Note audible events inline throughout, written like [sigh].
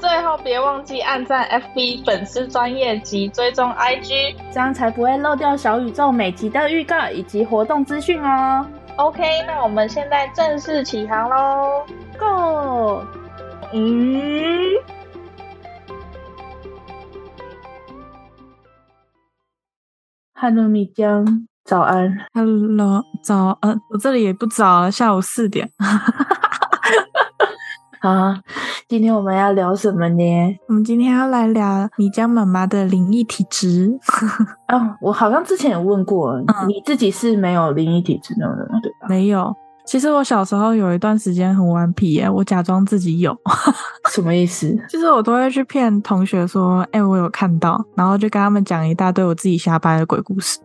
最后别忘记按赞 FB 粉丝专业及追踪 IG。这样才不会漏掉小宇宙每集的预告以及活动资讯哦。 OK，那我们现在正式起航喽，Go！嗯， Hello，米江，早安。 Hello，早安、我这里也不早了，下午四点。啊，今天我们要聊什么呢？我们今天要来聊米江妈妈的灵异体质。哦，我好像之前有问过，你自己是没有灵异体质那种人吗，嗯对吧？没有，其实我小时候有一段时间很顽皮耶，我假装自己有， [laughs] 什么意思？就是我都会去骗同学说，哎、我有看到，然后就跟他们讲一大堆我自己瞎掰的鬼故事。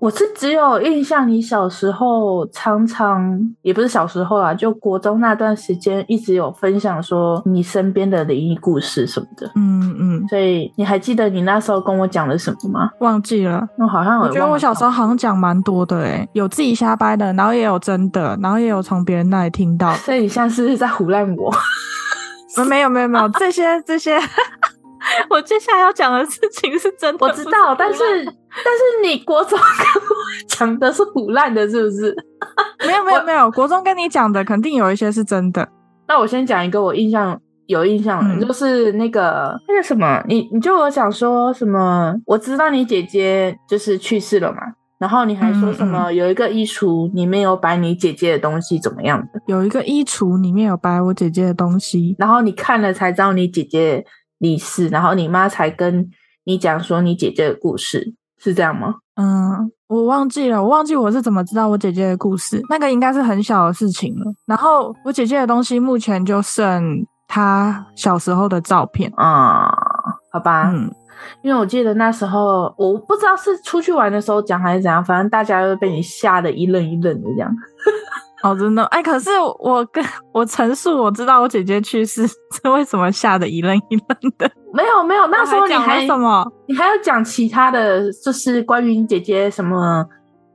我是只有印象，你小时候常常也不是小时候啊，就国中那段时间一直有分享说你身边的灵异故事什么的，嗯嗯，所以你还记得你那时候跟我讲了什么吗？忘记了。我好像有我觉得我小时候忘了好像讲蛮多的诶，有自己瞎掰的，然后也有真的，然后也有从别人那里听到的。呃 [laughs] 所以你像是在胡乱我，没有没有没有，这些这些， [laughs] 我接下来要讲的事情是真的，我知道，不但是 [laughs] 但是你国中跟我讲的是胡乱的，是不是？没有没有没有，国中跟你讲的肯定有一些是真的。那我先讲一个我印象有印象的，嗯就是那个那个什么，你你就有讲说什么？我知道你姐姐就是去世了嘛，然后你还嗯说什么、有一个衣橱里面有摆你姐姐的东西怎么样的，有一个衣橱里面有摆我姐姐的东西，然后你看了才知道你姐姐离世，然后你妈才跟你讲说你姐姐的故事，是这样吗？嗯，我忘记了，我忘记我是怎么知道我姐姐的故事，那个应该是很小的事情了。然后我姐姐的东西目前就剩她小时候的照片，啊、好吧，嗯，因为我记得那时候我不知道是出去玩的时候讲还是怎样，反正大家都被你吓得一愣一愣的这样。哦，真的，哎，可是我跟 [laughs] 我陈述我知道我姐姐去世 [laughs] 是为什么吓得一愣一 [laughs] 愣的，没有没有，那时候你我还讲了什么？你还要讲其他的，就是关于你姐姐什么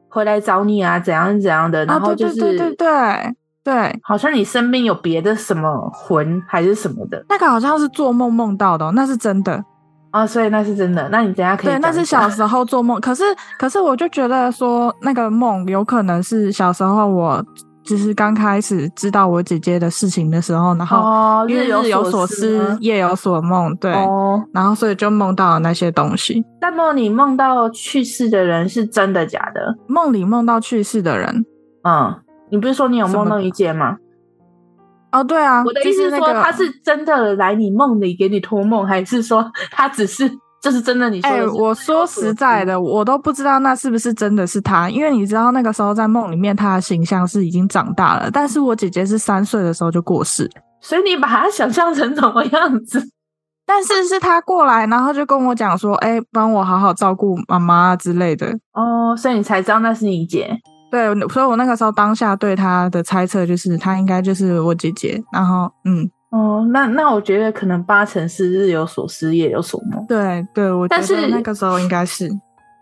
回来找你啊，怎样怎样的，然啊，后对对就是、对对对对，好像你身边有别的什么魂还是什么的那个好像是做梦梦到的哦、那是真的。啊，所以那是真的。那你等一下可以对，那讲一是下小时候做梦。可是，可是我就觉得说，那个梦有可能是小时候我就是刚开始知道我姐姐的事情的时候，然后哦，因为有日有所思思，夜有所梦，对，哦。然后所以就梦到了那些东西。那么你梦到去世的人是真的假的？梦里梦到去世的人，嗯，你不是说你有什么梦到你姐吗？哦，对啊，我的就意思是那说，个他是真的来你梦里给你托梦，还是说 [laughs] 他只是就是真的？你说哎、的是我说实在的，我都不知道那是不是真的是他，因为你知道那个时候在梦里面他的形象是已经长大了，但是我姐姐是三岁的时候就过世，所以你把它 [laughs] 想象成什么样子？但是是他过来，然后就跟我讲说，哎、帮我好好照顾妈妈啊之类的。哦，所以你才知道那是你姐。对，所以我那个时候当下对他的猜测就是，他应该就是我姐姐。然后，嗯，哦，那那我觉得可能八成是日有所思，夜有所梦。对对，我觉但是得那个时候应该是，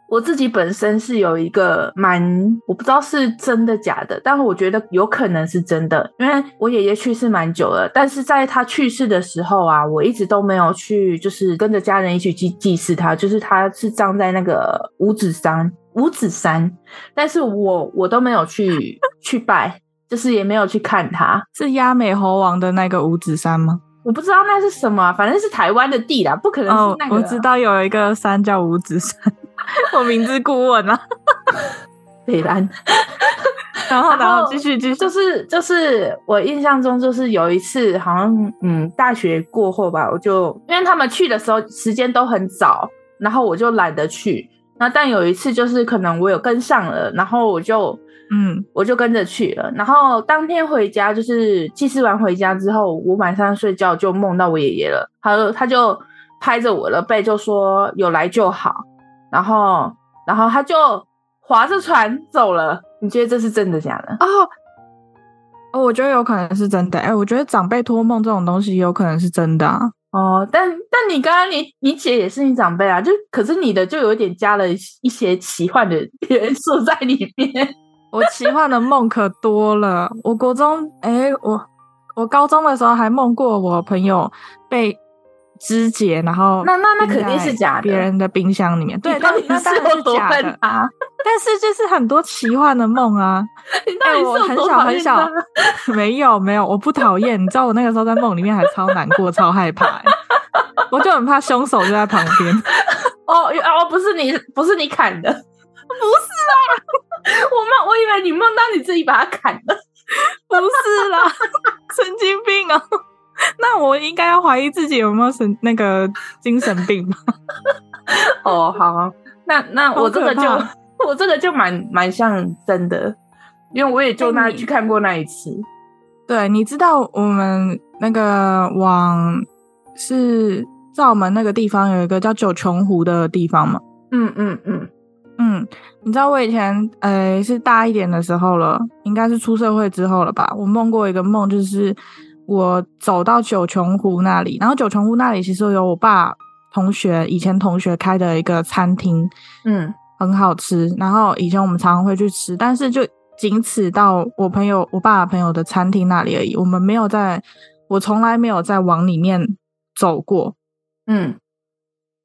我自己本身是有一个蛮，我不知道是真的假的，但我觉得有可能是真的，因为我爷爷去世蛮久了，但是在他去世的时候啊，我一直都没有去，就是跟着家人一起去祭祀他，就是他是葬在那个五指山，五指山，但是我我都没有去去拜，就是也没有去看他，是压美猴王的那个五指山吗？我不知道那是什么啊、反正是台湾的地啦，不可能是哦那，个、我知，道有一个山叫五指山， [laughs] 我明知故问啊。北兰。然后，然然后后继续继续，就是就是我印象中就是有一次好像嗯大学过后吧，我就因为他们去的时候时间都很早，然后我就懒得去。那但有一次就是可能我有跟上了，然后我就嗯，我就跟着去了。然后当天回家，就是祭祀完回家之后，我晚上睡觉就梦到我爷爷了。他就他就拍着我的背就说有来就好，然后然后他就划着船走了。你觉得这是真的假的？哦，哦，我觉得有可能是真的。哎、我觉得长辈托梦这种东西有可能是真的啊。哦，但但你刚刚你你姐也是你长辈啊，就可是你的就有点加了一些奇幻的元素在里面。我奇幻的梦可多了。我国中，哎、我我高中的时候还梦过我朋友被肢解，然后那那那冰肯定在是假的别人的冰箱里面。对，你那到底那当然是是有多假恨的， [laughs] 他？但是就是很多奇幻的梦啊。你 [laughs] 到哎底我是有很多小讨很厌小 [laughs] 他没有没有，我不讨厌。你知道我那个时候在梦里面还超难过、超害怕、欸，我就很怕凶手就在旁边。哦哦，不是你，不是你砍的，不 [laughs] 是啊！ [laughs] 我梦，我以为你梦到你自己把它砍了。 [laughs] 不是啦，神经病哦、 [laughs] 那我应该要怀疑自己有没有神那个精神病吧？哦，好，那那啊好我这可个就怕我这个就蛮蛮像真的，因为我也就那那你去看过那一次。对，你知道我们那个往是灶门那个地方有一个叫九琼湖的地方吗？嗯嗯嗯，嗯，你知道我以前呃是大一点的时候了，应该是出社会之后了吧？我梦过一个梦，就是我走到九琼湖那里，然后九琼湖那里其实有我爸同学以前同学开的一个餐厅，嗯，很好吃。然后以前我们常常会去吃，但是就仅此到我朋友我爸朋友的餐厅那里而已，我们没有在，我从来没有再往里面走过。嗯，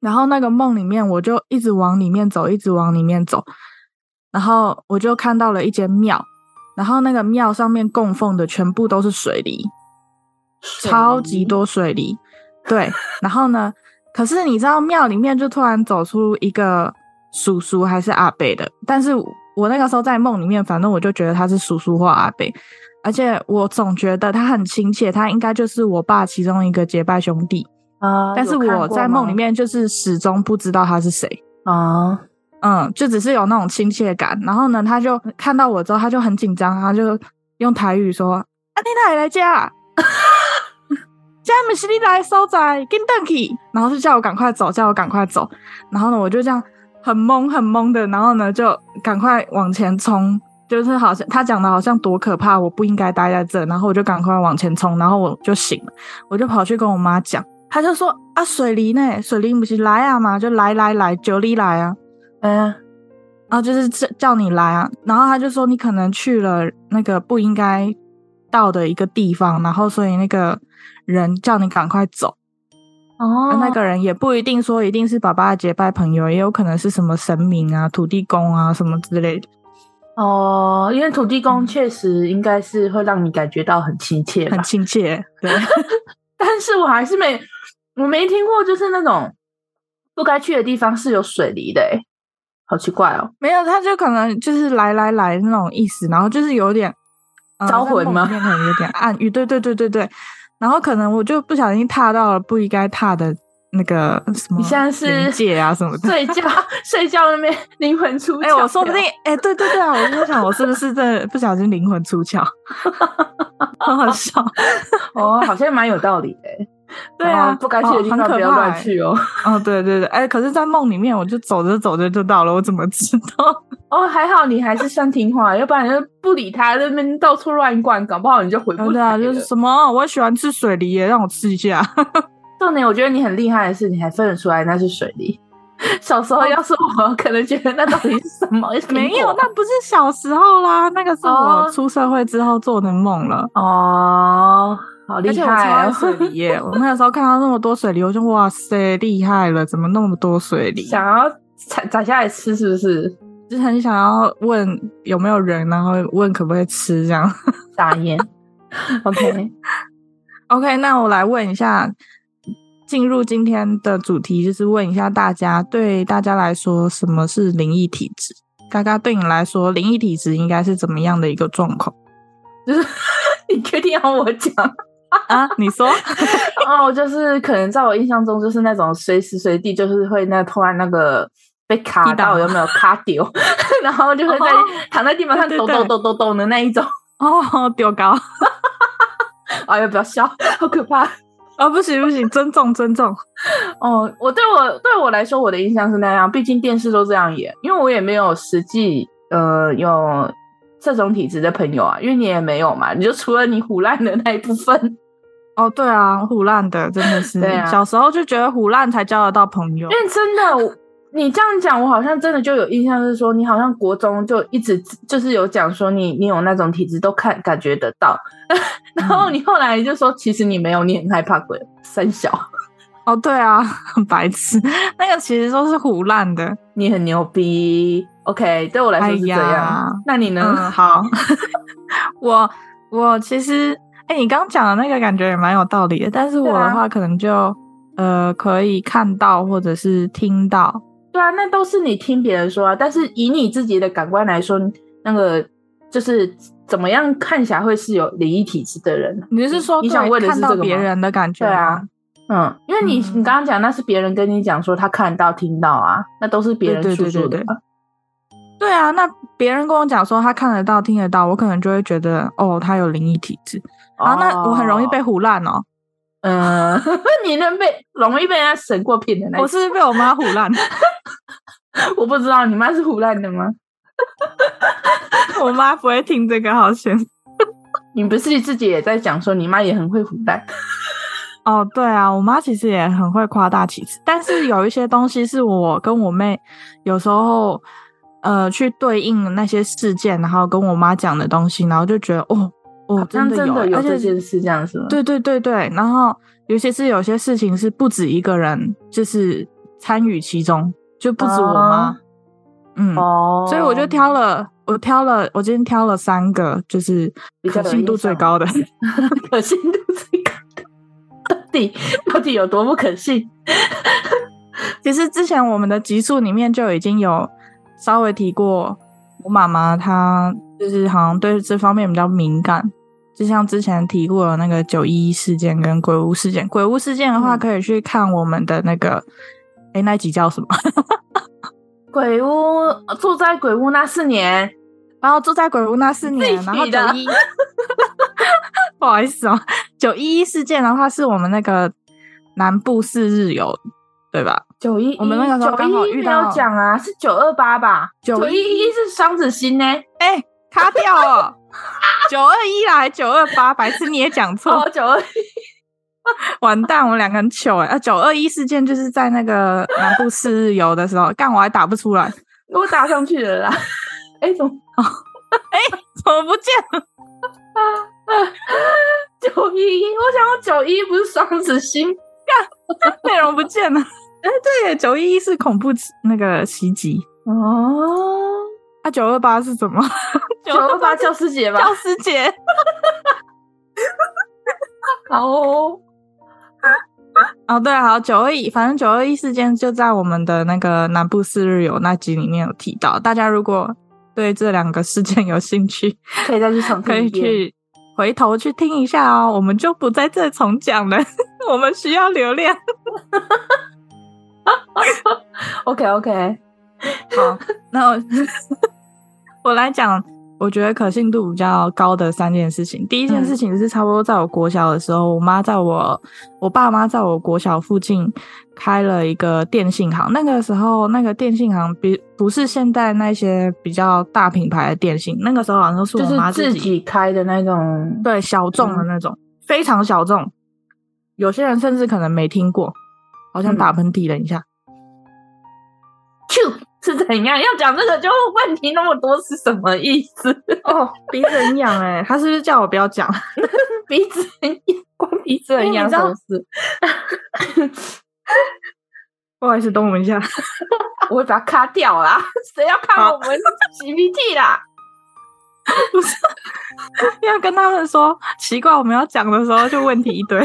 然后那个梦里面，我就一直往里面走，一直往里面走，然后我就看到了一间庙，然后那个庙上面供奉的全部都是水梨，超级多水梨。对，然后呢，可是你知道庙里面就突然走出一个叔叔还是阿伯的，但是我那个时候在梦里面，反正我就觉得他是叔叔或阿伯，而且我总觉得他很亲切，他应该就是我爸其中一个结拜兄弟。啊！但是有看我过在梦吗里面就是始终不知道他是谁，啊，嗯，就只是有那种亲切感。然后呢，他就看到我之后，他就很紧张，他就用台语说：“啊，你哪里来家啊？ [laughs] 家不是你来收仔，跟邓去。”然后就叫我赶快走，叫我赶快走。然后呢，我就这样很懵很懵的，然后呢就赶快往前冲。就是好像他讲的好像多可怕，我不应该待在这，然后我就赶快往前冲，然后我就醒了，我就跑去跟我妈讲，她就说啊水梨呢，水梨不是来啊嘛，就来来来，九里来啊，哎呀，然后哦就是叫叫你来啊，然后他就说你可能去了那个不应该到的一个地方，然后所以那个人叫你赶快走。啊哦那那个人也不一定说一定是爸爸的结拜朋友，也有可能是什么神明啊、土地公啊什么之类的，哦，因为土地公确实应该是会让你感觉到很亲切吧很，亲切。对， [laughs] 但是我还是没我没听过，就是那种不该去的地方是有水泥的、欸，好奇怪哦。没有他就可能就是来来来那种意思，然后就是有点呃招魂在梦吗里面可能有点暗语，对对对对对。然后可能我就不小心踏到了不应该踏的那个什么你现在是冥界啊什么的，睡觉睡觉那边灵魂出窍哎、了，我说不定， [laughs] 哎、对对对啊，我就在想，我是不是真的不小心灵魂出窍？很好笑，哦，好像蛮有道理的、欸。 [laughs] 对然啊，后不该去的哦地方很可不要怕乱欸去哦。哦，对对对，哎、可是，在梦里面，我就走着走着就到了，我怎么知道？ [laughs] 哦，还好你还是算听话，要不然就不理他，在那边到处乱逛，搞不好你就回啊不对来啊，了。就是什么，我喜欢吃水梨耶，让我吃一下。重点，我觉得你很厉害的是，你还分得出来那是水泥。小时候要是我，可能觉得那到底是什 [laughs] 么？是苹没有，果那不是小时候啦，那个是我哦出社会之后做的梦了。哦，好而厉且我超害、爱哦！水梨耶！我那个时候看到那么多水梨，我就哇塞，厉害了！怎么那么多水梨？想要采摘下来吃是不是？就是很想要问有没有人，然后问可不可以吃这样。打烟 [laughs] ，OK， OK，那我来问一下，进入今天的主题，就是问一下大家，对大家来说，什么是灵异体质？嘎嘎，对你来说，灵异体质应该是怎么样的一个状况就是 [laughs] 你确定要我讲？ [laughs] 啊？你说，哦，就是可能在我印象中，就是那种随时随地就是会那突然那个被卡踢倒到有没有卡丢， [laughs] 然后就会在、哦躺在地板上对抖对抖对抖抖抖的那一种。 [laughs] 哦，丢高，哎呀，不要笑，好可怕！啊，不行不行，尊重尊重。哦，我对我对我来说，我的印象是那样，毕竟电视都这样演，因为我也没有实际呃有这种体质的朋友啊，因为你也没有嘛，你就除了你虎烂的那一部分，哦，对啊，虎烂的真的是，对啊小时候就觉得虎烂才交得到朋友因。为真的我你这样讲，我好像真的就有印象，是说你好像国中就一直就是有讲说你你有那种体质，都看感觉得到， [laughs] 嗯然后你后来就说其实你没有，你很害怕鬼，三小哦，对啊， [laughs] 很白痴，那个其实都是虎烂的。你很牛逼，OK，对我来说是这样，哎呀那你呢？嗯，好， [laughs] 我我其实，哎、你刚刚讲的那个感觉也蛮有道理的，但是我对啊的话可能就、呃可以看到或者是听到，对啊，那都是你听别人说啊，但是以你自己的感官来说，那个就是怎么样看起来会是有灵异体质的人呢、你就是说嗯你想对问的是看到这个别吗人的感觉对啊吗，嗯，因为你、嗯你刚刚讲那是别人跟你讲说他看到听到啊，那都是别人对对叙对述的对对 [laughs] 对啊，那别人跟我讲说他看得到、听得到，我可能就会觉得哦，他有灵异体质，然后那我很容易被啊哦唬烂哦，嗯， [laughs] 你能被容易被人家审过片的那一我是不是被我妈唬烂，我不知道你妈是胡乱的吗？ [laughs] 我妈不会听这个，好险。你不是自己也在讲说你妈也很会胡乱？哦，对啊，我妈其实也很会夸大其词，但是有一些东西是我跟我妹有时候呃去对应那些事件，然后跟我妈讲的东西，然后就觉得哦哦，好像的真有的欸，有而且这件事这样是吗对对对对，然后尤其是有些事情是不止一个人就是参与其中，就不止我妈，哦嗯，哦，所以我就挑了，我挑了，我今天挑了三个，就是比较可有信印度最象 [laughs] 高的。可信度最高的，到底到底有多不可信？其实之前我们的集数里面就已经有稍微提过，我妈妈她就是好像对这方面比较敏感，就像之前提过的那个九一一事件跟鬼屋事件。鬼屋事件的话，嗯可以去看我们的那个，哎、那一集叫什么？鬼屋呃住在鬼屋那四年，然后住在鬼屋那四年，自己然后取九的一，不好意思哦，九一一事件的话是我们那个南部四日游，对吧？九一我们那个时候刚好遇到没有讲啊，是九二八吧？ 911九一一是双子星呢？哎、卡掉哦，九二一啦，还九二八，白痴你也讲错，哦，九二完蛋，我们两个很糗哎、啊，九二一事件就是在那个南部四日游的时候，干我还打不出来， [laughs] 怎我打上去 [laughs] 了啦。哎，怎么么不见了？九一一？我想要九一不是双子星？内容不见了。 [laughs] 哎、对耶，九一一是恐怖袭那个袭击，哦，啊，九二八是什么？九二八教师节吧 [laughs] 教？师节。好哦， [laughs] 哦，对，好，九二一，反正九二一事件就在我们的那个南部四日游那集里面有提到，大家如果对这两个事件有兴趣， [laughs] 可以再去重可听以一遍。去回头去听一下哦，我们就不在这重讲了， [laughs] 我们需要流量。 OK OK，好，那我我来讲，我觉得可信度比较高的三件事情。第一件嗯事情是差不多在我国小的时候，我妈在我我爸妈在我国小附近开了一个电信行。那个时候，那个电信行比不是现在那些比较大品牌的电信，那个时候好像是就我妈是自己嗯开的那种。对小众的那种，非常小众。有些人甚至可能没听过，好嗯像打喷嚏了一下。 [laughs] Q 是怎样？要讲这个就问题那么多是什么意思？ [laughs] 哦，鼻子很痒欸哎、 [laughs] 他是不是叫我不要讲？鼻子很痒，关 [laughs] 鼻子很痒什么事？不好意思，等我们一下。 [laughs] 我会把它卡 [laughs] 掉啦，谁要看我们 GPT 啦？要跟他们说，奇怪，我们要讲的时候就问题一堆。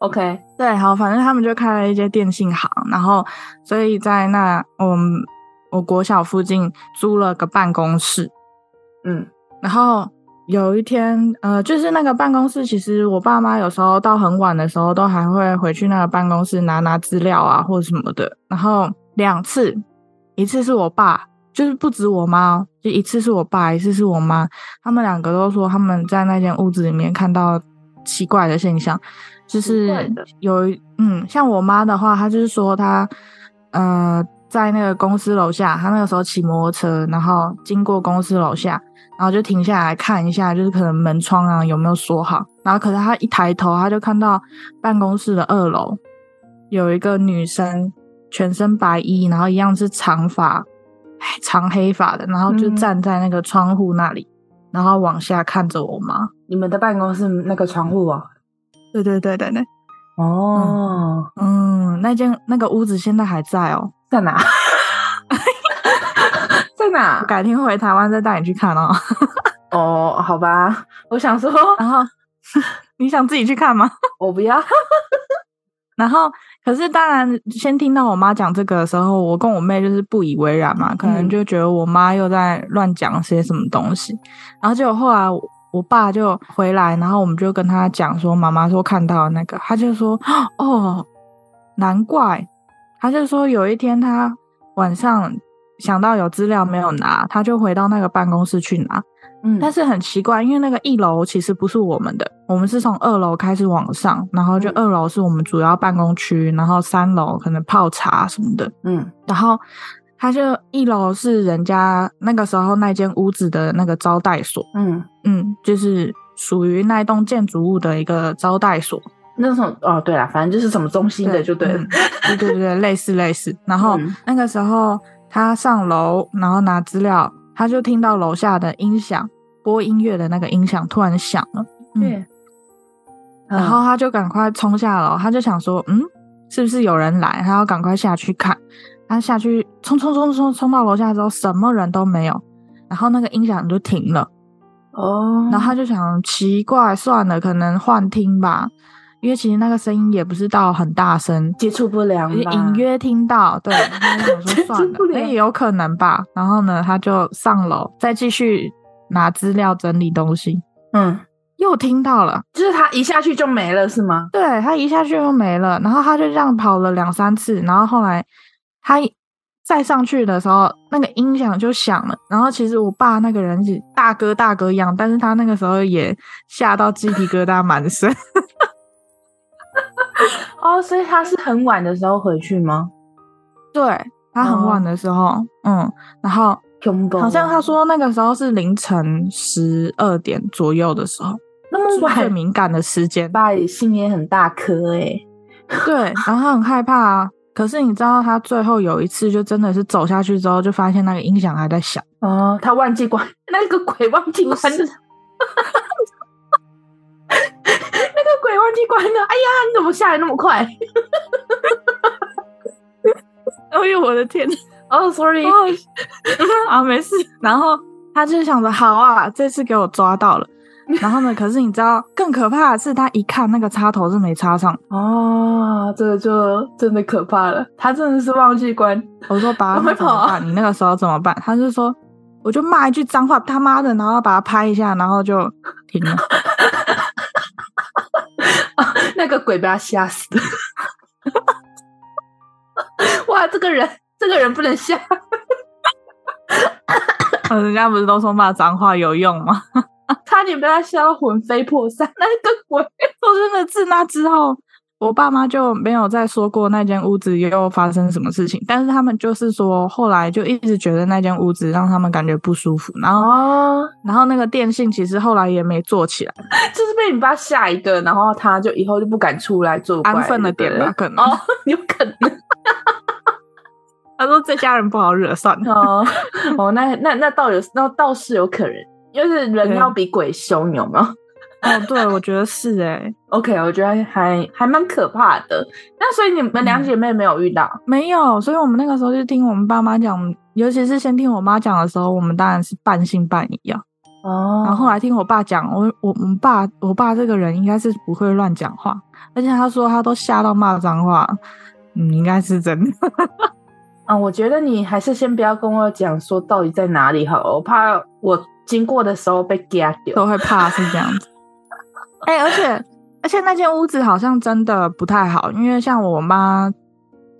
OK， [laughs] 对，好，反正他们就开了一些电信行，然后所以在那我们我国小附近租了个办公室，嗯，然后有一天，呃，就是那个办公室，其实我爸妈有时候到很晚的时候，都还会回去那个办公室拿拿资料啊或者什么的。然后两次，一次是我爸，就是不止我妈哦，就一次是我爸，一次是我妈，他们两个都说他们在那间屋子里面看到奇怪的现象，就奇怪是的有嗯，像我妈的话，她就是说她呃在那个公司楼下，她那个时候骑摩托车，然后经过公司楼下，然后就停下来看一下，就是可能门窗啊有没有锁好，然后可是她一抬头，她就看到办公室的二楼有一个女生，全身白衣，然后一样是长发。哎长黑发的，然后就嗯站在那个窗户那里，然后往下看着我妈。你们的办公室那个窗户哦，对对对对对，哦，嗯，那间那个屋子现在还在哦，在哪？ [laughs] 在哪我？改天回台湾再带你去看哦。哦，好吧，我想说， [laughs] 然后 [laughs] 你想自己去看吗？我不要。 [laughs] 然后可是当然，先听到我妈讲这个的时候，我跟我妹就是不以为然嘛，可能嗯就觉得我妈又在乱讲些什么东西。然后结果后来我我爸就回来，然后我们就跟他讲说，妈妈说看到了那个，他就说 [gasps] 哦，难怪，他就说有一天他晚上想到有资料没有拿，他就回到那个办公室去拿，嗯但是很奇怪，因为那个一楼其实不是我们的，我们是从二楼开始往上，然后就嗯二楼是我们主要办公区，然后三楼可能泡茶什么的，嗯然后他就一楼是人家那个时候那间屋子的那个招待所，嗯，嗯，就是属于那栋建筑物的一个招待所，那种哦，对了，反正就是什么中心的就对了。嗯对对对，类似类似。然后嗯那个时候他上楼，然后拿资料，他就听到楼下的音响播音乐的那个音响突然响了，嗯对，嗯然后他就赶快冲下楼，他就想说，嗯，是不是有人来？他要赶快下去看。他下去冲冲冲冲冲到楼下之后，什么人都没有，然后那个音响就停了。哦，然后他就想，奇怪，算了，可能幻听吧，因为其实那个声音也不是到很大声，接触不良就是吧，隐约听到，对，他就想说接触算了不，哎、了有可能吧。然后呢，他就上楼，再继续拿资料整理东西，嗯，又听到了，就是他一下去就没了是吗？对他一下去就没了，然后他就这样跑了两三次，然后后来他一再上去的时候，那个音响就响了。然后其实我爸那个人是大哥大哥一样，但是他那个时候也吓到鸡皮疙瘩满身。 [laughs] 哦，所以他是很晚的时候回去吗？对他很哦晚的时候，嗯，然后好像他说那个时候是凌晨十二点左右的时候，那么是最晚，敏感的时间。爸心也很大颗哎、对，然后他很害怕啊。可是你知道，他最后有一次就真的是走下去之后，就发现那个音响还在响。哦，他忘记关那个鬼忘记关 [laughs] 不了，那个鬼忘记关了。哎呀，你怎么下来那么快？哎呦我的天！ [laughs] 哦，sorry、s o r r y 啊，没事。然后他就想着，好啊，这次给我抓到了。 [laughs] 然后呢，可是你知道，更可怕的是，他一看那个插头是没插上。哦，这个就真的可怕了，他真的是忘记关。 [laughs] 我说：“爸，我会那怎么跑啊办？你那个时候怎么办？”他就说：“我就骂一句脏话，他妈的！”然后把他拍一下，然后就停 [laughs] 了。那个鬼被他吓死的。 [laughs] 哇，这个人，这个人不能吓。呃人家不是都说骂脏话有用吗？差点被他吓到魂飞魄散。那个鬼，说真的，自那之后，我爸妈就没有再说过那间屋子又发生什么事情，但是他们就是说，后来就一直觉得那间屋子让他们感觉不舒服，然后，哦，然后那个电信其实后来也没做起来，就是被你爸吓一个，然后他就以后就不敢出来作怪，安分了点吧，可对不能。对哦， [laughs] 有可能他说这家人不好惹，算了。哦，哦，那那那倒有，那倒是有可能，就是人对要比鬼凶，有没有 [laughs] 哦，对，我觉得是哎、 ？OK，我觉得还还蛮可怕的。那所以你们嗯两姐妹没有遇到，没有，所以我们那个时候就听我们爸妈讲，尤其是先听我妈讲的时候，我们当然是半信半疑啊。哦然后后来听我爸讲，我我我爸我爸这个人应该是不会乱讲话，而且他说他都吓到骂脏话，嗯，应该是真的。嗯，我觉得你还是先不要跟我讲说到底在哪里好了，我怕我经过的时候被夹掉。都会怕是这样子。哎、而且而且那间屋子好像真的不太好，因为像我妈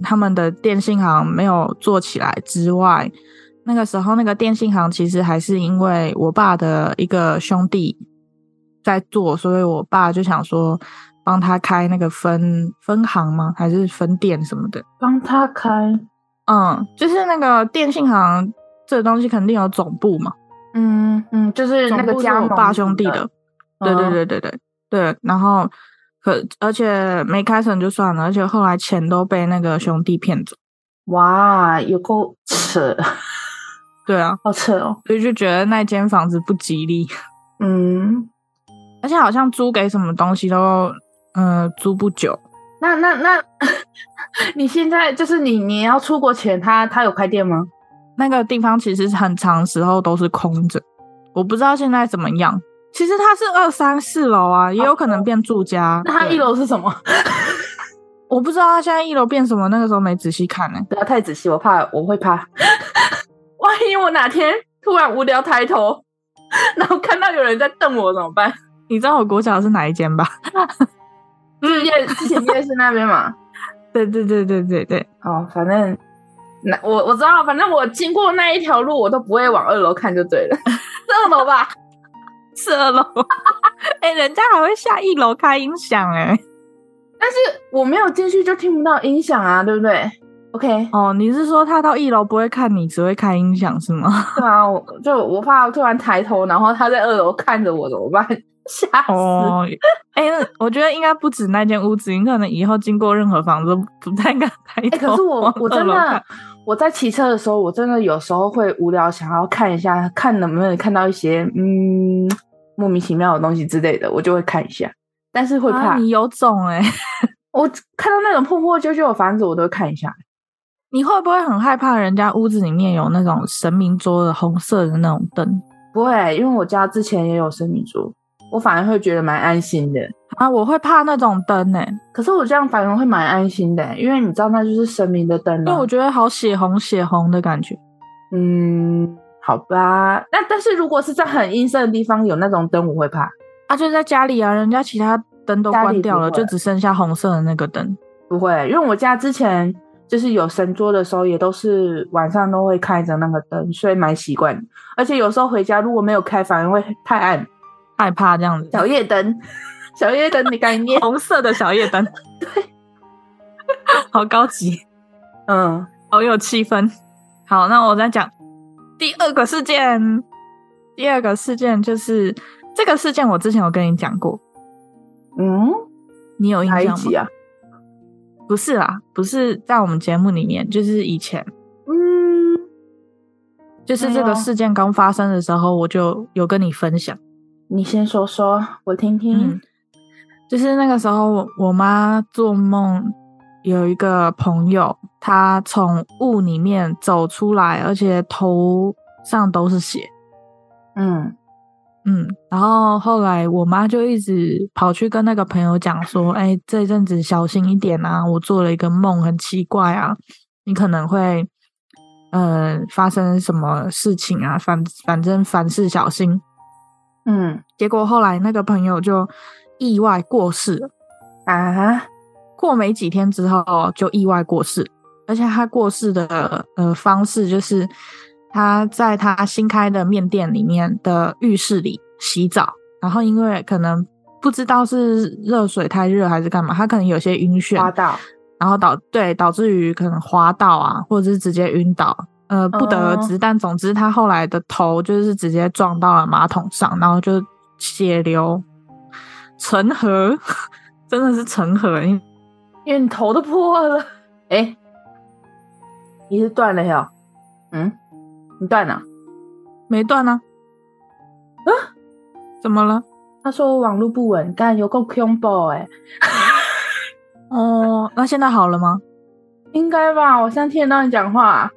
他们的电信行没有做起来之外，那个时候那个电信行其实还是因为我爸的一个兄弟。在做，所以我爸就想说帮他开那个分分行吗？还是分店什么的？帮他开，嗯，就是那个电信行这个东西肯定有总部嘛，嗯嗯，就是那总个部是加我盟爸兄弟的的，，对对嗯对对对对，然后可而且没开成就算了，而且后来钱都被那个兄弟骗走，哇，有够扯，对啊，好扯哦，所以就觉得那间房子不吉利，嗯，而且好像租给什么东西都呃租不久，那那那， [laughs] 你现在就是你你要出国前，他他有开店吗？那个地方其实很长时候都是空着，我不知道现在怎么样。其实它是二三四楼啊，也有可能变住家。哦那他对一，楼是什么？ [laughs] 我不知道它现在一楼变什么，那个时候没仔细看呢、不要太仔细，我怕我会怕。 [laughs] 万一我哪天突然无聊抬头， [laughs] 然后看到有人在瞪我怎么 [laughs] 办？你知道我国小是哪一间吧？ [laughs] 就是夜之前夜市那边嘛。对对对对对对，哦，反正那我我知道，反正我经过那一条路，我都不会往二楼看就对了。 [laughs] 是二楼吧？是二楼。 [laughs] 哎、人家还会下一楼开音响哎、但是我没有进去就听不到音响啊，对不对？OK，哦，你是说他到一楼不会看你，只会开音响是吗？对啊，我就我怕突然抬头，然后他在二楼看着我怎么办？ [laughs] 吓 [laughs] 死！哦，哎、那我觉得应该不止那间屋子，你可能以后经过任何房子都不太敢抬头。哎、可是我我真往二楼看的我在骑车的时候，我真的有时候会无聊，想要看一下，看能不能看到一些嗯莫名其妙的东西之类的，我就会看一下，但是会怕。啊你有种哎、 [laughs] 我看到那种破破旧旧的房子，我都会看一下。你会不会很害怕人家屋子里面有那种神明桌的红色的那种灯不会，因为我家之前也有生米桌，我反而会觉得蛮安心的。啊？我会怕那种灯哎、可是我这样反而会蛮安心的，欸因为你知道那就是神明的灯啊因为了我。觉得好血红血红的感觉。嗯，好吧。那但是如果是在很阴森的地方有那种灯，我会怕。啊，就在家里啊，人家其他灯都家里关掉了，不会就只剩下红色的那个灯。不会，因为我家之前就是有神桌的时候，也都是晚上都会开着那个灯，所以蛮习惯的。而且有时候回家如果没有开，反而会太暗。害怕这样子，，小夜灯， [laughs] 小夜灯的概念红色的小夜灯，好高级，嗯，好有气氛。好，那我再讲第二个事件。第二个事件就是这个事件，我之前有跟你讲过，嗯，你有印哪象一吗？集啊？不是啦，不是在我们节目里面，就是以前，嗯，就是没这个有事件刚发生的时候，我就有跟你分享。你先说说，我听听。嗯，就是那个时候我，我妈做梦有一个朋友，她从雾里面走出来，而且头上都是血。嗯嗯，然后后来我妈就一直跑去跟那个朋友讲说：“哎、这阵子小心一点啊，我做了一个梦，很奇怪啊，你可能会，呃，发生什么事情啊？反反正凡事小心。嗯”结果后来那个朋友就意外过世了。啊，过没几天之后就意外过世，而且他过世的呃方式就是他在他新开的面店里面的浴室里洗澡，然后因为可能不知道是热水太热还是干嘛，他可能有些晕花眩，道，然后导对导致于可能滑倒啊，或者是直接晕倒。呃，不得而知，但总之他后来的头就是直接撞到了马桶上，然后就血流成河， [laughs] 真的是成河，因为因为你头都破了。哎、你是断了哟？嗯，你断了？没断呢、啊。怎么了？他说我网络不稳，但有够恐怖哎、哦，那现在好了吗？应该吧？我现在听得到你讲话，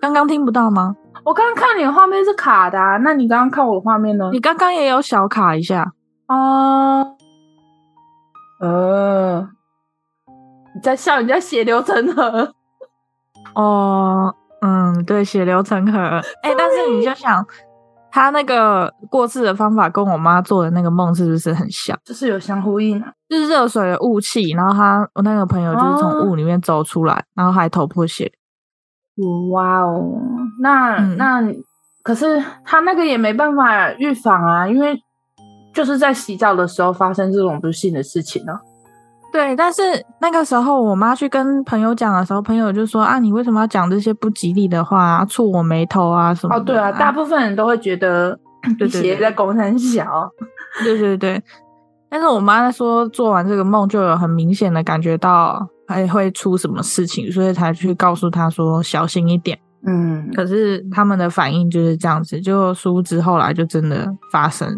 刚刚听不到吗？我刚刚看你的画面是卡的、啊，那你刚刚看我的画面呢？你刚刚也有小卡一下，哦，呃，你在笑人家血流成河，哦，嗯，对，血流成河。哎、但是你就想，他那个过世的方法跟我妈做的那个梦是不是很像？就是有相呼应、啊。就是热水的雾气，然后他我那个朋友就是从雾里面走出来，然后还头破血流。哇哦，那、嗯那可是他那个也没办法预防啊，因为就是在洗澡的时候发生这种不幸的事情呢、哦对，但是那个时候我妈去跟朋友讲的时候，朋友就说啊，你为什么要讲这些不吉利的话、啊，触我眉头啊什么哦，的对啊，大部分人都会觉得对你对写对在公山小，对对对。但是我妈说做完这个梦就有很明显的感觉到还会出什么事情，所以才去告诉她说小心一点。嗯，可是他们的反应就是这样子，就殊不知后来就真的发生。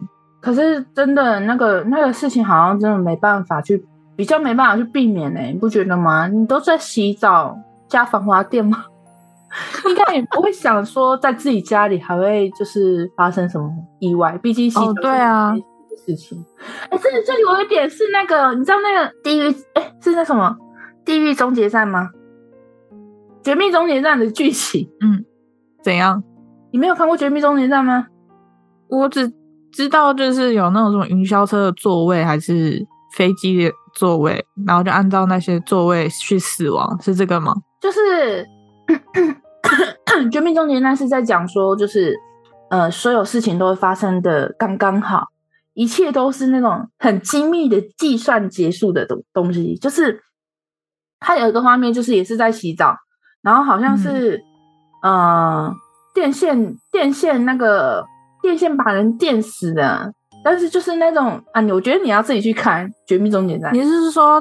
可是真的那个那个事情，好像真的没办法去，比较没办法去避免呢、你不觉得吗？你都在洗澡加防滑垫吗？ [laughs] 应该也不会想说在自己家里还会就是发生什么意外，毕竟洗澡 [laughs] 哦是对啊很危险的事情。哎、这里这里有一点是那个，你知道那个地狱哎、是那什么地狱终结战吗？绝命终结战的剧情，怎样？你没有看过绝命终结战吗？我只知道就是有那种什么云霄车的座位还是飞机的座位，然后就按照那些座位去死亡，是这个吗？就是 [coughs] 《绝命终结站》是在讲说，就是呃，所有事情都会发生的刚刚好，一切都是那种很精密的计算结束的东东西。就是它有一个画面，就是也是在洗澡，然后好像是、呃电线电线那个电线把人电死的，但是就是那种啊，你我觉得你要自己去看《绝命终结站》。你是说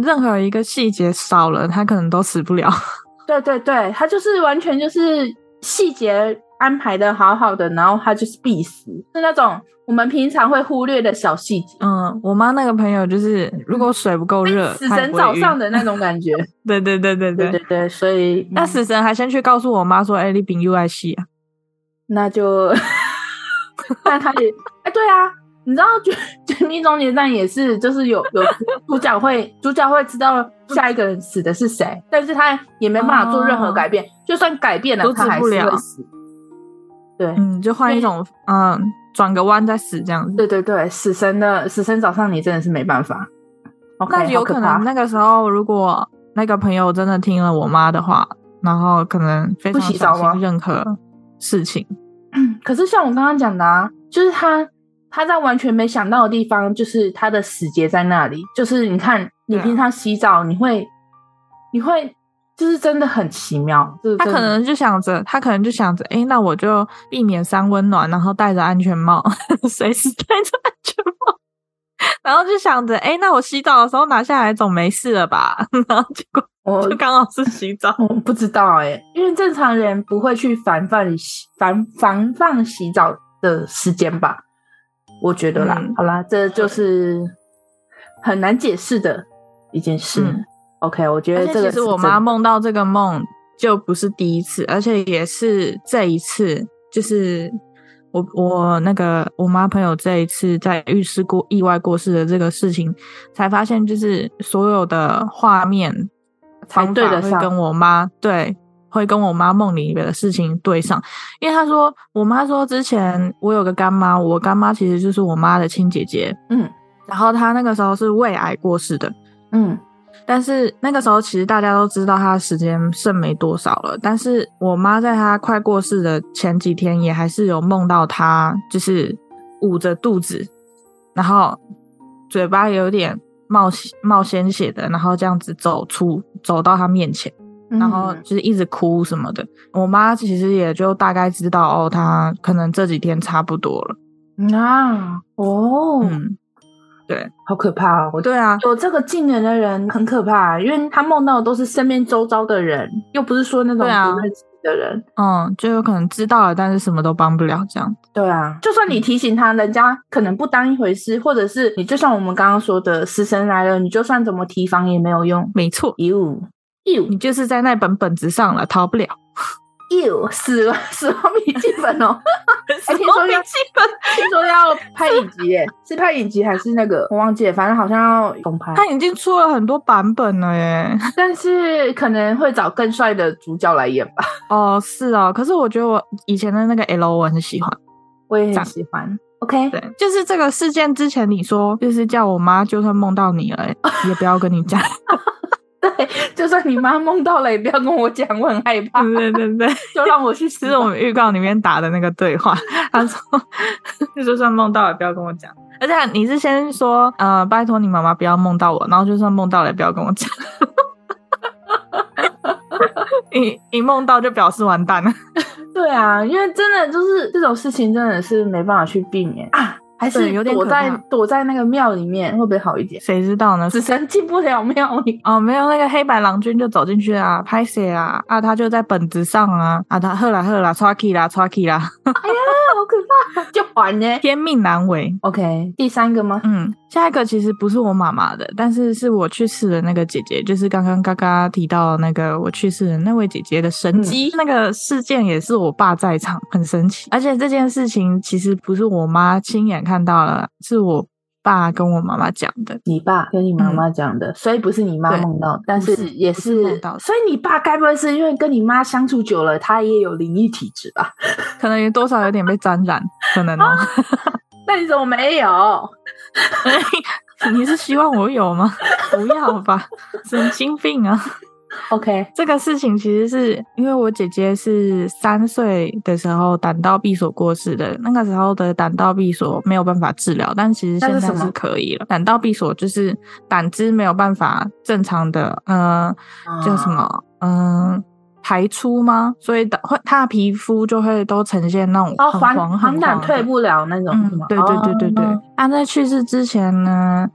任何一个细节少了，他可能都死不了？对对对，他就是完全就是细节安排的好好的，然后他就是必死，是那种我们平常会忽略的小细节，嗯，我妈那个朋友就是，如果水不够热，嗯哎死她也神不会早晕上。的那种 [laughs] 感觉。对对对对对对对。对，所以嗯那死神还先去告诉我妈说：“哎、你丙 U I 系啊。那 [laughs] 就，但他也哎，对啊，你知道《绝绝命终结站》也是，就是有有主角会主角会知道下一个人死的是谁，但是他也没办法做任何改变，就算改变了，哦阻止他还是不了会死。对”，嗯，就换一种嗯，转个弯再死这样子。对对对，死神的死神找上你真的是没办法。OK，那有好可怕能那个时候，如果那个朋友真的听了我妈的话，然后可能非不常洗小澡吗心任何事情。可是像我刚刚讲的啊，就是他他在完全没想到的地方，就是他的死结在那里。就是你看，你对啊平常洗澡，你会你会就是真的很奇妙，就是他真可的能就想着，他可能就想着，哎、那我就避免三温暖，然后戴着安全帽， [laughs] 随时戴着安全帽，然后就想着，哎、那我洗澡的时候拿下来总没事了吧？ [laughs] 然后结果我就刚好是洗澡。我不知道哎、因为正常人不会去防范洗防防范洗澡的时间吧，我觉得啦。嗯好啦，这就是很难解释的一件事。嗯 OK，我觉而得且这个其实是我真妈的梦到这个梦就不是第一次，而且也是这一次，就是我我那个我妈朋友这一次在遇事过意外过世的这个事情，才发现就是所有的画面才方对法得会上跟我妈对。会跟我妈梦里面的事情对上，因为她说，我妈说之前我有个干妈，我干妈其实就是我妈的亲姐姐，嗯然后她那个时候是胃癌过世的，嗯但是那个时候其实大家都知道他的时间剩没多少了，但是我妈在她快过世的前几天也还是有梦到她，就是捂着肚子，然后嘴巴有点冒血冒鲜血的，然后这样子走出走到她面前，嗯，然后就是一直哭什么的。我妈其实也就大概知道哦，她可能这几天差不多了。嗯啊哦，嗯，好可怕哦！我对啊，有这个技能的人很可怕、因为他梦到的都是身边周遭的人，又不是说那种对啊不认识的人。嗯，就有可能知道了，但是什么都帮不了这样。对啊，就算你提醒他，人家可能不当一回事，或者是你就像我们刚刚说的，死神来了，你就算怎么提防也没有用。没错。 You 你 you 就是在那本本子上了，逃 [laughs] 不了。 you 死了死亡笔记本 [laughs] 哦，哎听说本，要啊听说要拍影集耶，是拍影集还是那个我忘记了，反正好像要重拍，他已经出了很多版本了耶。但是可能会找更帅的主角来演吧，哦，是哦，可是我觉得我以前的那个 L 我很喜欢。我也赞很喜欢。OK，对，就是这个事件之 [laughs] 前，你说就是叫我妈，就算梦到你了，也不要跟你讲。对， [laughs] 就算你妈梦到了，也不要跟我讲，我很害怕，对对对，就让我去这吃是我吧。们预告里面打的那个对话。他说：“就就算梦到了，不要跟我讲。”而且你是先说，呃，拜托你妈妈不要梦到我，然后就算梦到了，也不要跟我讲。 [laughs] 一一梦到就表示完蛋了。对啊，因为真的就是这种事情，真的是没办法去避免啊。还是对有点躲可在怕躲在那个庙里面会不会好一点？谁知道呢？子晨进不了庙里， [laughs] 哦，没有那个黑白郎君就走进去啊，拍谁啊？啊，他就在本子上啊，啊，他喝啦喝啦，刷 key 啦刷 key 啦，哎呀，好可怕，就还呢。天命难违。 OK，第三个吗？嗯，下一个其实不是我妈妈的，但是是我去世的那个姐姐，就是刚刚嘎嘎提到那个我去世的那位姐姐的神机、那个事件也是我爸在场，很神奇。而且这件事情其实不是我妈亲眼看到了，是我爸跟我妈妈讲的。你爸跟你妈妈讲的，所以不是你妈嗯对梦到，但不是也不是梦到的所以你爸该不会是因为跟你妈相处久了，他也有灵异体质吧？ [laughs] 可能也多少有点被沾染，可能哦。 [laughs] 那你怎么没有？你是希望我有吗？不要吧，神经病啊！ OK，这个事情其实是因为我姐姐是三岁的时候胆道闭锁过世的，那个时候的胆道闭锁没有办法治疗，但其实现那是在什是么可以了。胆道闭锁就是胆汁没有办法正常的，呃，叫什啊？么，嗯、排出吗？所以的会，她的皮肤就会都呈现那种哦，很还黄很还胆黄的退不了那种是嗯吗，，对对对对对哦。他、在去世之前呢，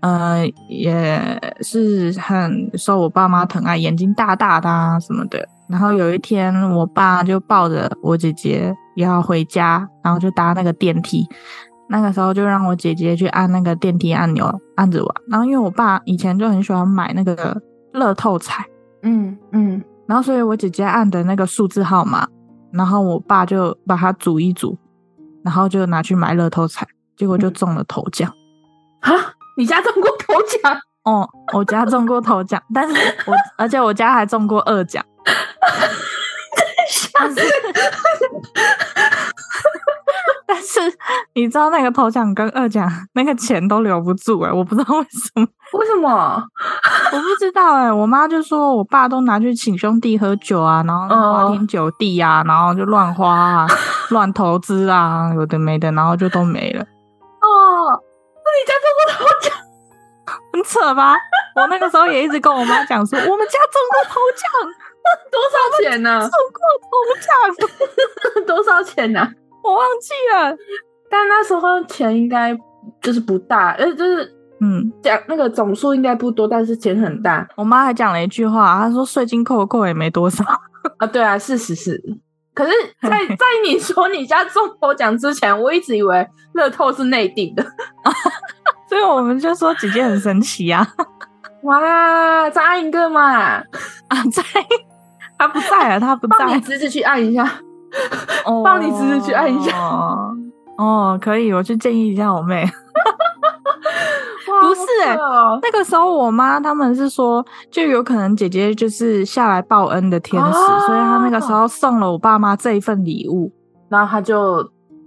呃，也是很受我爸妈疼爱，眼睛大大的啊什么的。然后有一天，我爸就抱着我姐姐要回家，然后就搭那个电梯。那个时候就让我姐姐去按那个电梯按钮，按着玩。然后因为我爸以前就很喜欢买那个乐透彩，嗯嗯，然后所以我姐姐按的那个数字号码，然后我爸就把它组一组，然后就拿去买乐透彩，结果就中了头奖。啊，你家中过头奖？哦，我家中过头奖， [laughs] 但是我而且我家还中过二奖。但是，但是你知道那个头奖跟二奖那个钱都留不住哎、我不知道为什么，为什么？ [laughs] 我不知道哎、我妈就说我爸都拿去请兄弟喝酒啊，然后哦花天酒地啊，然后就乱花啊，乱投资啊，有的没的，然后就都没了，哦，那你家中过头奖？很扯吧？我那个时候也一直跟我妈讲说，我们家中过头奖，多少钱呢、中过头奖， [laughs] 多少钱呢、我忘记了。但那时候钱应该就是不大，呃，就是嗯，讲那个总数应该不多，但是钱很大我妈还讲了一句话，她说税金扣扣也没多少。啊。对啊，是是是。可是 [laughs] 在，在你说你家中头奖之前，我一直以为乐透是内定的。所以我们就说姐姐很神奇啊哇，再按一个嘛，啊，在她不在啊，她不在帮你，侄子去按一下。哦帮你侄子去按一下哦哦，可以，我去建议一下我妹。 [laughs] 哇不是好欸扯哦那个时候我妈他们是说，就有可能姐姐就是下来报恩的天使，哦所以她那个时候送了我爸妈这一份礼物。然后他就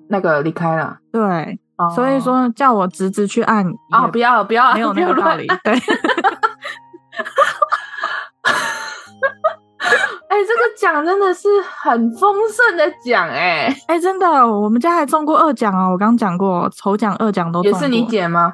那个离开了。对，哦所以说叫我侄子去按啊、也不要不要，没有 [laughs] 不那要个道乱理。对， [laughs] 哎、这个奖真的是很丰盛的奖哎、哎、真的，我们家还中过二奖啊！我刚讲过，头奖、二奖都中也过是你？姐吗？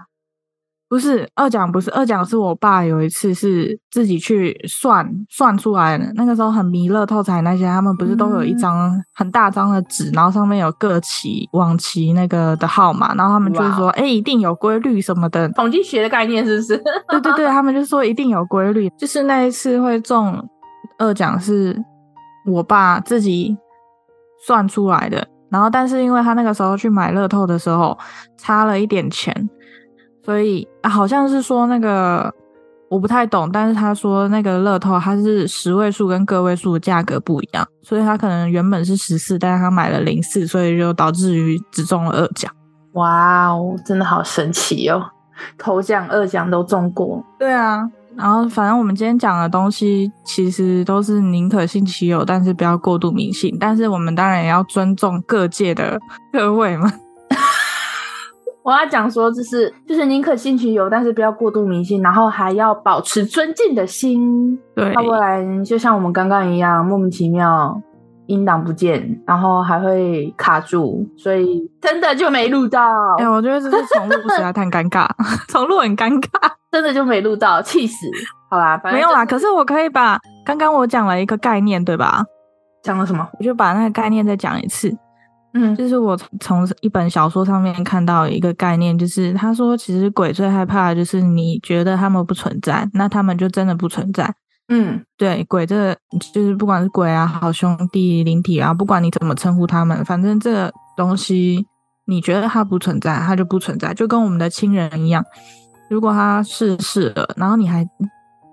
不是，二奖不是二奖，是我爸有一次是自己去算算出来的。那个时候很迷乐透彩那些，他们不是都有一嗯张很大张的纸，然后上面有各期往期那个的号码，然后他们就哇哦是说，哎、一定有规律什么的。统计学的概念是不是？ [laughs] [laughs] 对对对，他们就说一定有规律。就是那一次会中二奖是我爸自己算出来的，然后但是因为他那个时候去买乐透的时候差了一点钱，所以、啊好像是说那个我不太懂，但是他说那个乐透它是十位数跟个位数的价格不一样，所以他可能原本是十四，但是他买了零四，所以就导致于只中了二奖。哇哦，真的好神奇哦！头奖、二奖都中过，对啊，然后反正我们今天讲的东西其实都是宁可信其有，但是不要过度迷信。 [laughs] 但是我们当然也要尊重各界的各位嘛。我要讲说，就是就是宁可信其有，但是不要过度迷信，然后还要保持尊敬的心，对，要不然就像我们刚刚一样，莫名其妙音档不见，然后还会卡住，所以真的就没录到，哎、我觉得这次重录实在太尴尬， [laughs] 重录很尴尬。真的就没录到，气死！好啦，反正没有啦，就是可是我可以把刚刚我讲了一个概念，对吧？讲了什么？我就把那个概念再讲一次。嗯就是我从一本小说上面看到一个概念，就是他说，其实鬼最害怕的就是你觉得他们不存在，那他们就真的不存在。嗯对，鬼这个就是不管是鬼啊、好兄弟、灵体啊，不管你怎么称呼他们，反正这个东西你觉得它不存在，它就不存在，就跟我们的亲人一样。如果他逝世了，然后你还，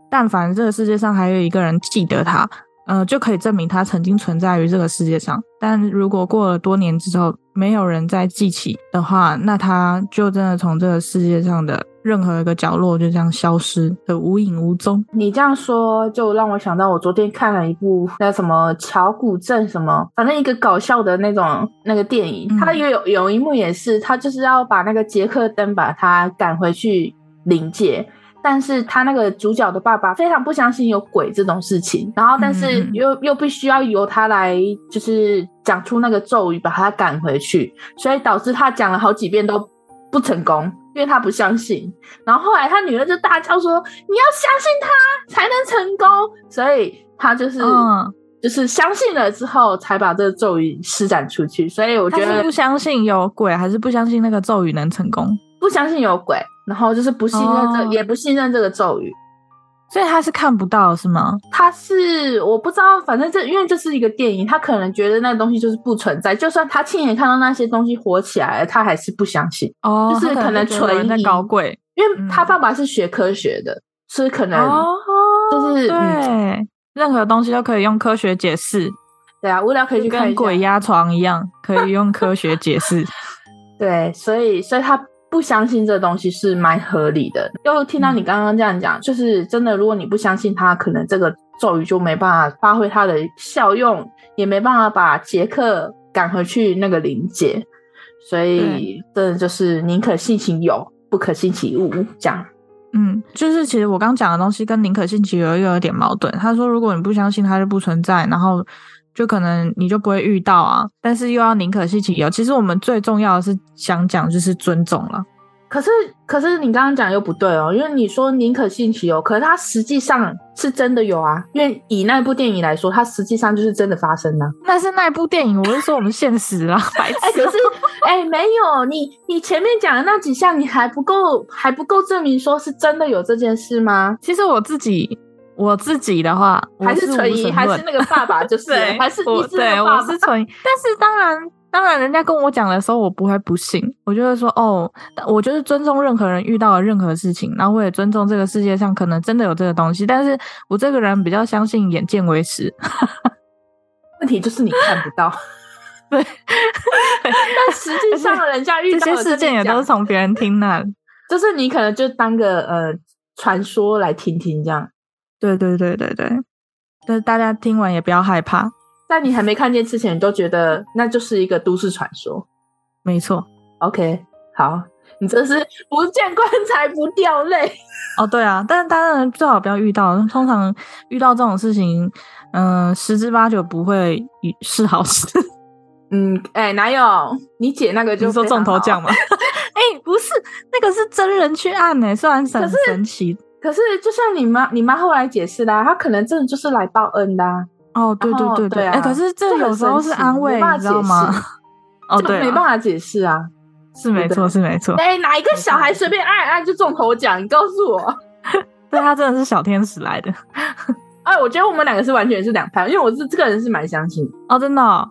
但凡这个世界上还有一个人记得他，呃，就可以证明他曾经存在于这个世界上。但如果过了多年之后，没有人再记起的话，那他就真的从这个世界上的任何一个角落就这样消失的无影无踪。你这样说就让我想到，我昨天看了一部那什么桥古镇什么，反正一个搞笑的那种那个电影，嗯它也有有一幕也是，他就是要把那个杰克登把他赶回去灵界。但是他那个主角的爸爸非常不相信有鬼这种事情，然后但是嗯嗯嗯又、又必须要由他来，就是讲出那个咒语把他赶回去，所以导致他讲了好几遍都不成功，因为他不相信。然后后来他女儿就大叫说：“你要相信他才能成功。”所以他就是、嗯，就是相信了之后，才把这个咒语施展出去。所以我他觉是得不相信有鬼，还是不相信那个咒语能成功？不相信有鬼，然后就是不信任这、哦也不信任这个咒语。所以他是看不到是吗？他是我不知道，反正这因为这是一个电影，他可能觉得那东西就是不存在，就算他亲眼看到那些东西火起来了，他还是不相信，哦，就是他可能就觉得有人在存疑搞鬼因为他嗯爸爸是学科学的，所以可能、哦，就是对、嗯任何东西都可以用科学解释，对啊，无聊可以去就看跟一下鬼压床一样，可以用科学解释。 [laughs] 对，所以所以他不相信这东西是蛮合理的。又听到嗯你刚刚这样讲，就是真的，如果你不相信他，可能这个咒语就没办法发挥它的效用，也没办法把杰克赶回去那个灵界。所以真的就是宁可信其有，不可信其无，这样。嗯，就是其实我刚讲的东西跟宁可信其有又有点矛盾。他说，如果你不相信它就不存在，然后就可能你就不会遇到啊。但是又要宁可信其有。其实我们最重要的是想讲就是尊重了。可是，可是你刚刚讲又不对哦，因为你说宁可信其有，可是它实际上是真的有啊。因为以那部电影来说，它实际上就是真的 [laughs] 发生了、那是那一部电影，我是说我们现实啦，白痴。啊哎、可是哎、没有你，你前面讲的那几项，你还不够，还不够证明说是真的有这件事吗？其实我自己，我自己的话，我还是存疑？无神还论是那个 [laughs] 爸爸就是了？对，还是我一直对，那个爸我爸是存疑。但是当然，当然，人家跟我讲的时候，我不会不信，我就会说哦，我就是尊重任何人遇到的任何事情，然后我也尊重这个世界上可能真的有这个东西，但是我这个人比较相信眼见为实。 [laughs] 问题就是你看不到， [laughs] 对， [laughs] 但实际上人家遇这到些了事跟件你也都讲是从别人听那里。就是你可能就当个呃传说来听听这样。对对对对对，但是大家听完也不要害怕，在你还没看见之前，你都觉得那就是一个都市传说。没错。 OK，好，你真是不见棺材不掉泪。哦，对啊，但是当然最好不要遇到。通常遇到这种事情，嗯、十之八九不会是好事。嗯，哎、哪有？你姐那个就你说非常中头好 [laughs] 奖吗？哎、不是，那个是真人去按呢、虽然可很是神奇。可是，就像你妈，你妈后来解释啦、她可能真的就是来报恩的、啊，哦，对对哦对对哎、啊可是这这很有时候是神奇安没慰，办法你知道解吗 [laughs] 释？哦，就对啊，哦没办法解释啊。是没对错，是没错。哎、哪一个小没办孩法随便按一按就中头奖？你告诉我。 [laughs] 对他真的是小天使来的。哎，我觉得我们两个是完全是两派，因为我是这个人是蛮相信的。哦，真的哦、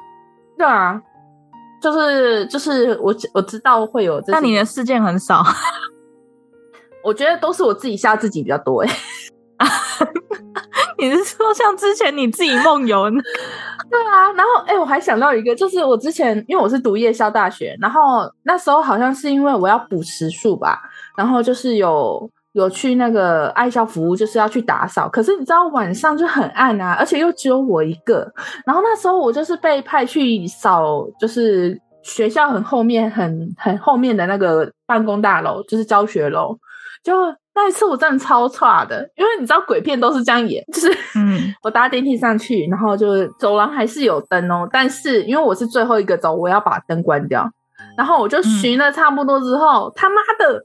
对啊，就是就是我我知道会有这些，那你的事件很少， [laughs] 我觉得都是我自己吓自己比较多哎、你是说像之前你自己梦 [laughs] 游那？对啊，然后哎、我还想到一个，就是我之前因为我是读夜校大学，然后那时候好像是因为我要补时数吧，然后就是有有去那个爱校服务，就是要去打扫。可是你知道晚上就很暗啊，而且又只有我一个。然后那时候我就是被派去扫，就是学校很后面、很很后面的那个办公大楼，就是教学楼。就那一次我真的超差的，因为你知道鬼片都是这样演，就是嗯，我搭电梯上去，然后就走廊还是有灯哦，但是因为我是最后一个走，我要把灯关掉。然后我就巡了差不多之后，他妈的，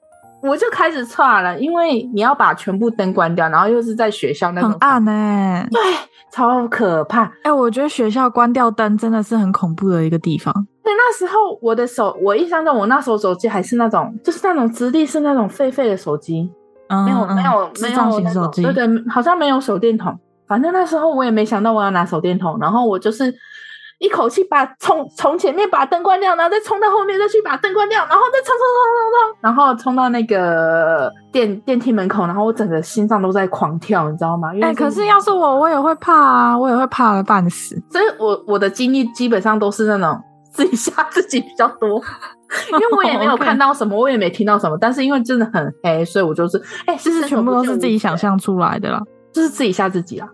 我就开始岔了，因为你要把全部灯关掉，然后又是在学校那种很暗呢、 [laughs] 对，超可怕。哎、我觉得学校关掉灯真的是很恐怖的一个地方。对，那时候我的手，我印象中我那时候手机还是那种，就是那种直立式那种废废的手机，嗯，没有没有嗯没智障有型那手种，机，对对，好像没有手电筒。反正那时候我也没想到我要拿手电筒，然后我就是一口气把从从前面把灯关掉，然后再冲到后面再去把灯关掉，然后再冲冲冲冲冲，然后冲到那个电电梯门口，然后我整个心脏都在狂跳，你知道吗？因为哎、可是要是我，我也会怕啊，我也会怕的半死。所以我我的经历基本上都是那种自己吓自己比较多，因为我也没有 [laughs] OK 看到什么，我也没听到什么，但是因为真的很黑，所以我就是哎，其就实全部都是自己啊想，象出来的啦。就是自己吓自己啊。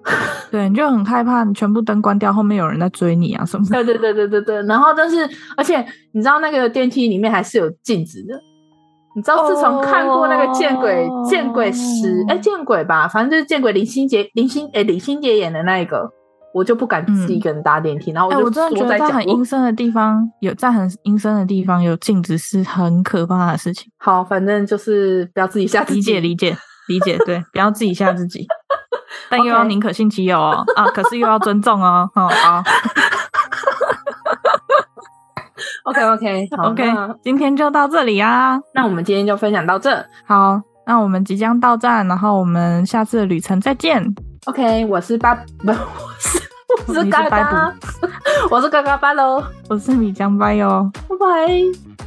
对，你就很害怕，你全部灯关掉，后面有人在追你啊什么的。对对对对对对，然后但是而且你知道那个电梯里面还是有镜子的。你知道，自从看过那个《见鬼》哦见鬼十》哎，《见鬼》吧，反正就是《见鬼》林心杰林心哎林心杰演的那一个，我就不敢自己一个人搭电梯，然后嗯哎、啊就我真的觉缩得在在角很落阴。森的地方，有在很阴森的地方有镜子是很可怕的事情。好，反正就是不要自己吓 [laughs] 自己。理解，理解，理解，对，不要自己吓自 [laughs] 己，但又要 OK 宁可信其有哦，啊，可是又要尊重哦，哦，好 [laughs] OK OK [laughs] 好，OK，那今天就到这里啊，那我们今天就分享到这。好，那我们即将到站，然后我们下次的旅程再见， OK，我是巴， [laughs] 不，我是我你是是嘎巴嘎，我是嘎嘎巴喽，我是米江拜哟。拜拜。